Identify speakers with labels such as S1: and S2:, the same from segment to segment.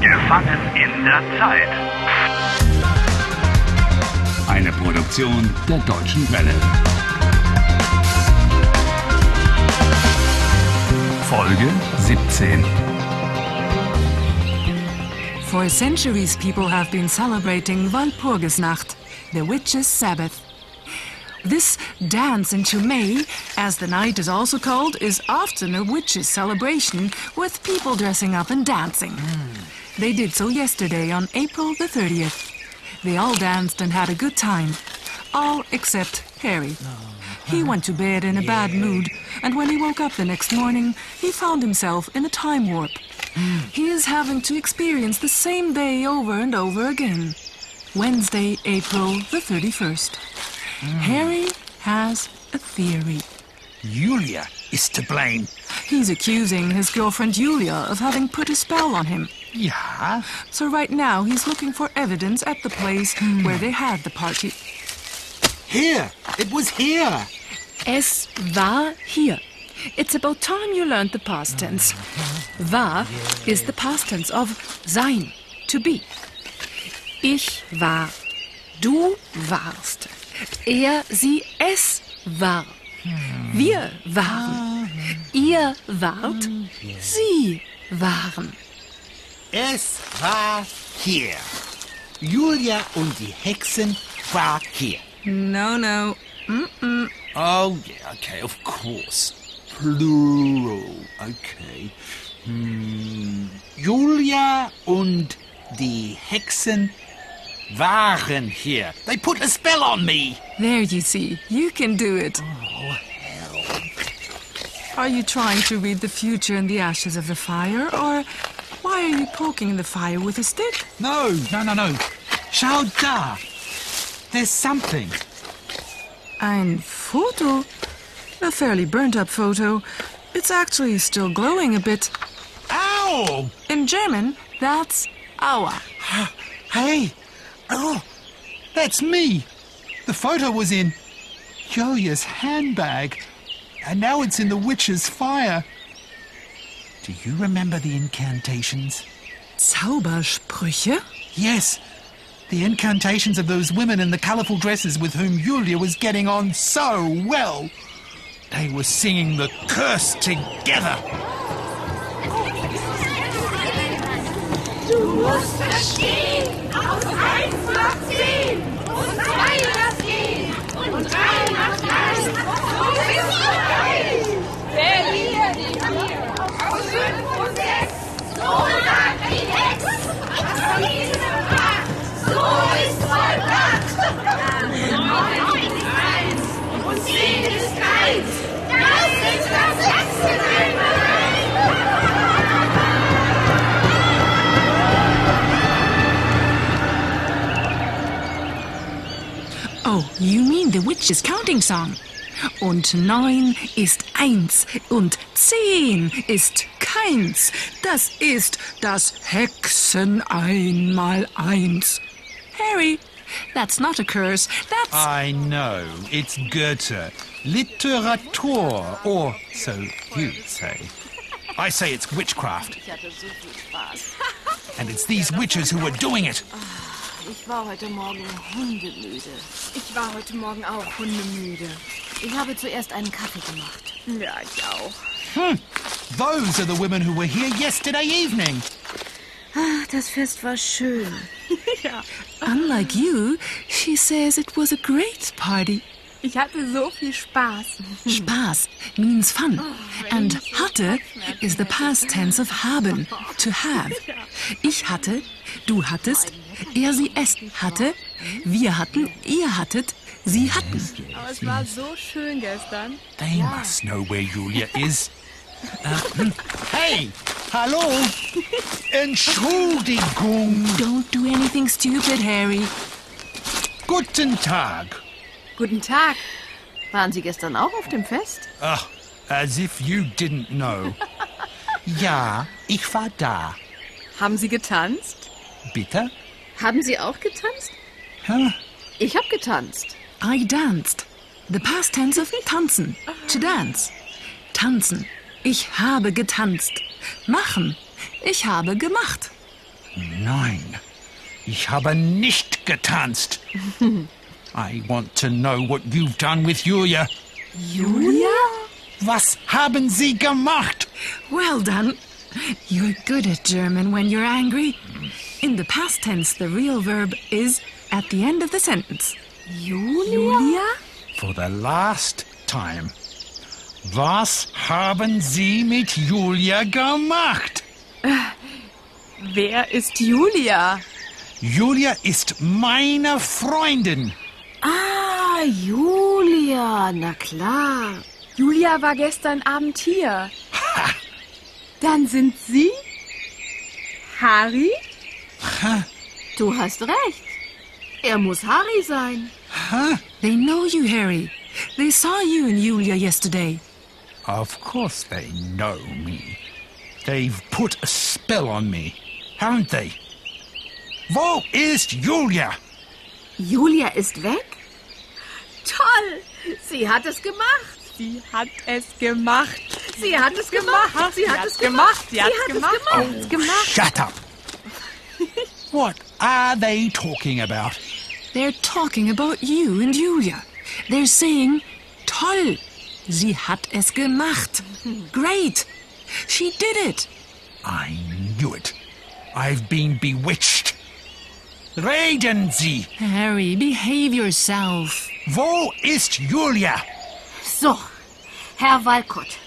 S1: Gefangen in der Zeit.
S2: Eine Produktion der Deutschen Welle. Folge 17.
S3: For centuries, people have been celebrating Walpurgisnacht, the witches' Sabbath. This dance into May, as the night is also called, is often a witches' celebration with people dressing up and dancing. They did so yesterday on April the 30th. They all danced and had a good time. All except Harry. He went to bed in a bad mood, and when he woke up the next morning, he found himself in a time warp. He is having to experience the same day over and over again. Wednesday, April the 31st. Harry has a theory.
S4: Julia is to blame.
S3: He's accusing his girlfriend Yulia of having put a spell on him.
S4: Ja,
S3: So right now he's looking for evidence at the place where they had the party.
S4: here. It was here.
S5: Es war hier. It's about time you learned the past tense. War is the past tense of sein, to be. Ich war. Du warst. Er, sie, es war. Wir waren. Ihr wart. Sie waren.
S4: Es war hier. Julia und die Hexen war hier.
S3: No, no.
S4: Oh, yeah, okay, of course. Plural, okay. Hmm. Julia und die Hexen waren here. They put a spell on me.
S3: There you see. You can do it. Are you trying to read the future in the ashes of the fire, or why are you poking the fire with a stick?
S4: No, no, no, no. Schau da. There's something.
S3: Ein Foto? A fairly burnt up photo. It's actually still glowing a bit.
S4: Ow!
S3: In German, that's Aua.
S4: Hey! Oh! That's me! The photo was in Julia's handbag, and now it's in the witch's fire. Do you remember the incantations?
S3: Zaubersprüche?
S4: Yes, the incantations of those women in the colourful dresses with whom Julia was getting on so well. They were singing the curse together.
S6: Du musst verstehen, aus eins macht zehn und zwei macht zehn und drei macht eins. Du bist bereit. Verlier die vier aus fünf und sechs. So sagt die Hex. Aus diesem Acht, so ist vollbracht. Neun ist eins und zehn ist eins. Das ist das letzte Einmal.
S3: Oh, you mean the witch's counting song. Und neun ist eins und zehn ist keins. Das ist das Hexen einmal eins. Harry, that's not a curse. That's
S4: I know, it's Goethe. Literatur, or so you say. I say it's witchcraft. And it's these witches who are doing it.
S7: Ich war heute Morgen hundemüde. Ich war heute Morgen auch hundemüde. Ich habe zuerst einen Kaffee gemacht. Ja, ich auch.
S4: Those are the women who were here yesterday evening.
S7: Ach, das Fest war schön.
S3: unlike you. She says it was a great party.
S5: Ich hatte so viel Spaß.
S3: Spaß means fun, and hatte is the past tense of haben, to have. Ich hatte, du hattest, er sie es hatte, wir hatten, ihr hattet, sie hatten.
S5: Aber es war so schön gestern.
S4: They must know where Julia is. Uh, hey! Hallo! Entschuldigung!
S3: Don't do anything stupid, Harry.
S4: Guten Tag!
S7: Guten Tag. Waren Sie gestern auch auf dem Fest?
S4: Ugh, Ah, as if you didn't know. ja, ich war da.
S7: Haben Sie getanzt?
S4: Bitte?
S7: Haben Sie auch getanzt?
S4: Huh?
S7: Ich habe getanzt.
S3: I danced. The past tense of tanzen, to dance. Tanzen. Ich habe getanzt. Machen. Ich habe gemacht.
S4: Nein, ich habe nicht getanzt. I want to know what you've done with Julia.
S3: Julia?
S4: Was haben Sie gemacht?
S3: Well done. You're good at German when you're angry. In the past tense, the real verb is at the end of the sentence. Julia?
S4: For the last time. Was haben Sie mit Julia gemacht?
S5: Wer ist Julia?
S4: Julia ist meine Freundin.
S7: Ah, Julia, na klar.
S5: Julia war gestern Abend hier. Dann sind Sie? Harry?
S7: Du hast recht. Er muss Harry sein.
S3: They know you, Harry. They saw you and Julia yesterday.
S4: Of course they know me. They've put a spell on me, haven't they? Wo ist Julia?
S7: Julia ist weg? Toll! Sie hat es gemacht.
S5: Sie hat es gemacht.
S7: Sie hat es gemacht. Sie hat es gemacht. Sie hat es gemacht.
S5: gemacht. gemacht.
S4: Shut up! what are they talking about?
S3: They're talking about you and Julia. They're saying, toll, sie hat es gemacht. Great, she did it.
S4: I knew it. I've been bewitched. Reden Sie!
S3: Harry, behave yourself.
S4: Wo ist Julia?
S7: So, Herr Walcott,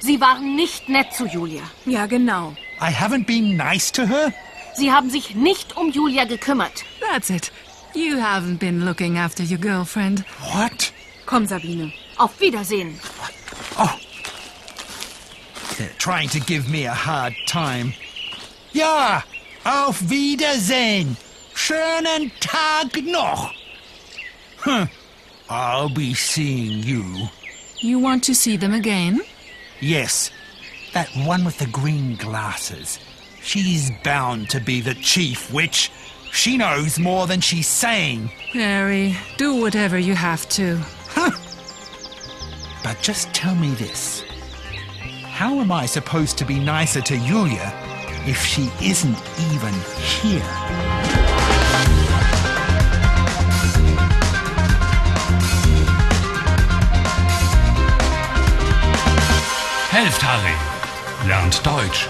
S7: Sie waren nicht nett zu Julia.
S5: Ja, genau.
S4: I haven't been nice to her?
S7: Sie haben sich nicht um Julia gekümmert.
S3: That's it. You haven't been looking after your girlfriend.
S4: What?
S5: Komm, Sabine.
S7: Auf Wiedersehen.
S4: Oh. They're trying to give me a hard time. Ja, auf Wiedersehen. Schönen Tag noch. Huh. I'll be seeing you.
S3: You want to see them again?
S4: Yes, that one with the green glasses. She's bound to be the chief witch. She knows more than she's saying.
S3: Harry, do whatever you have to.
S4: But just tell me this. How am I supposed to be nicer to Yulia if she isn't even here?
S2: Helft Harry. Lernt Deutsch.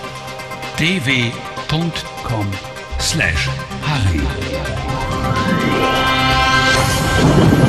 S2: dw.com/harry.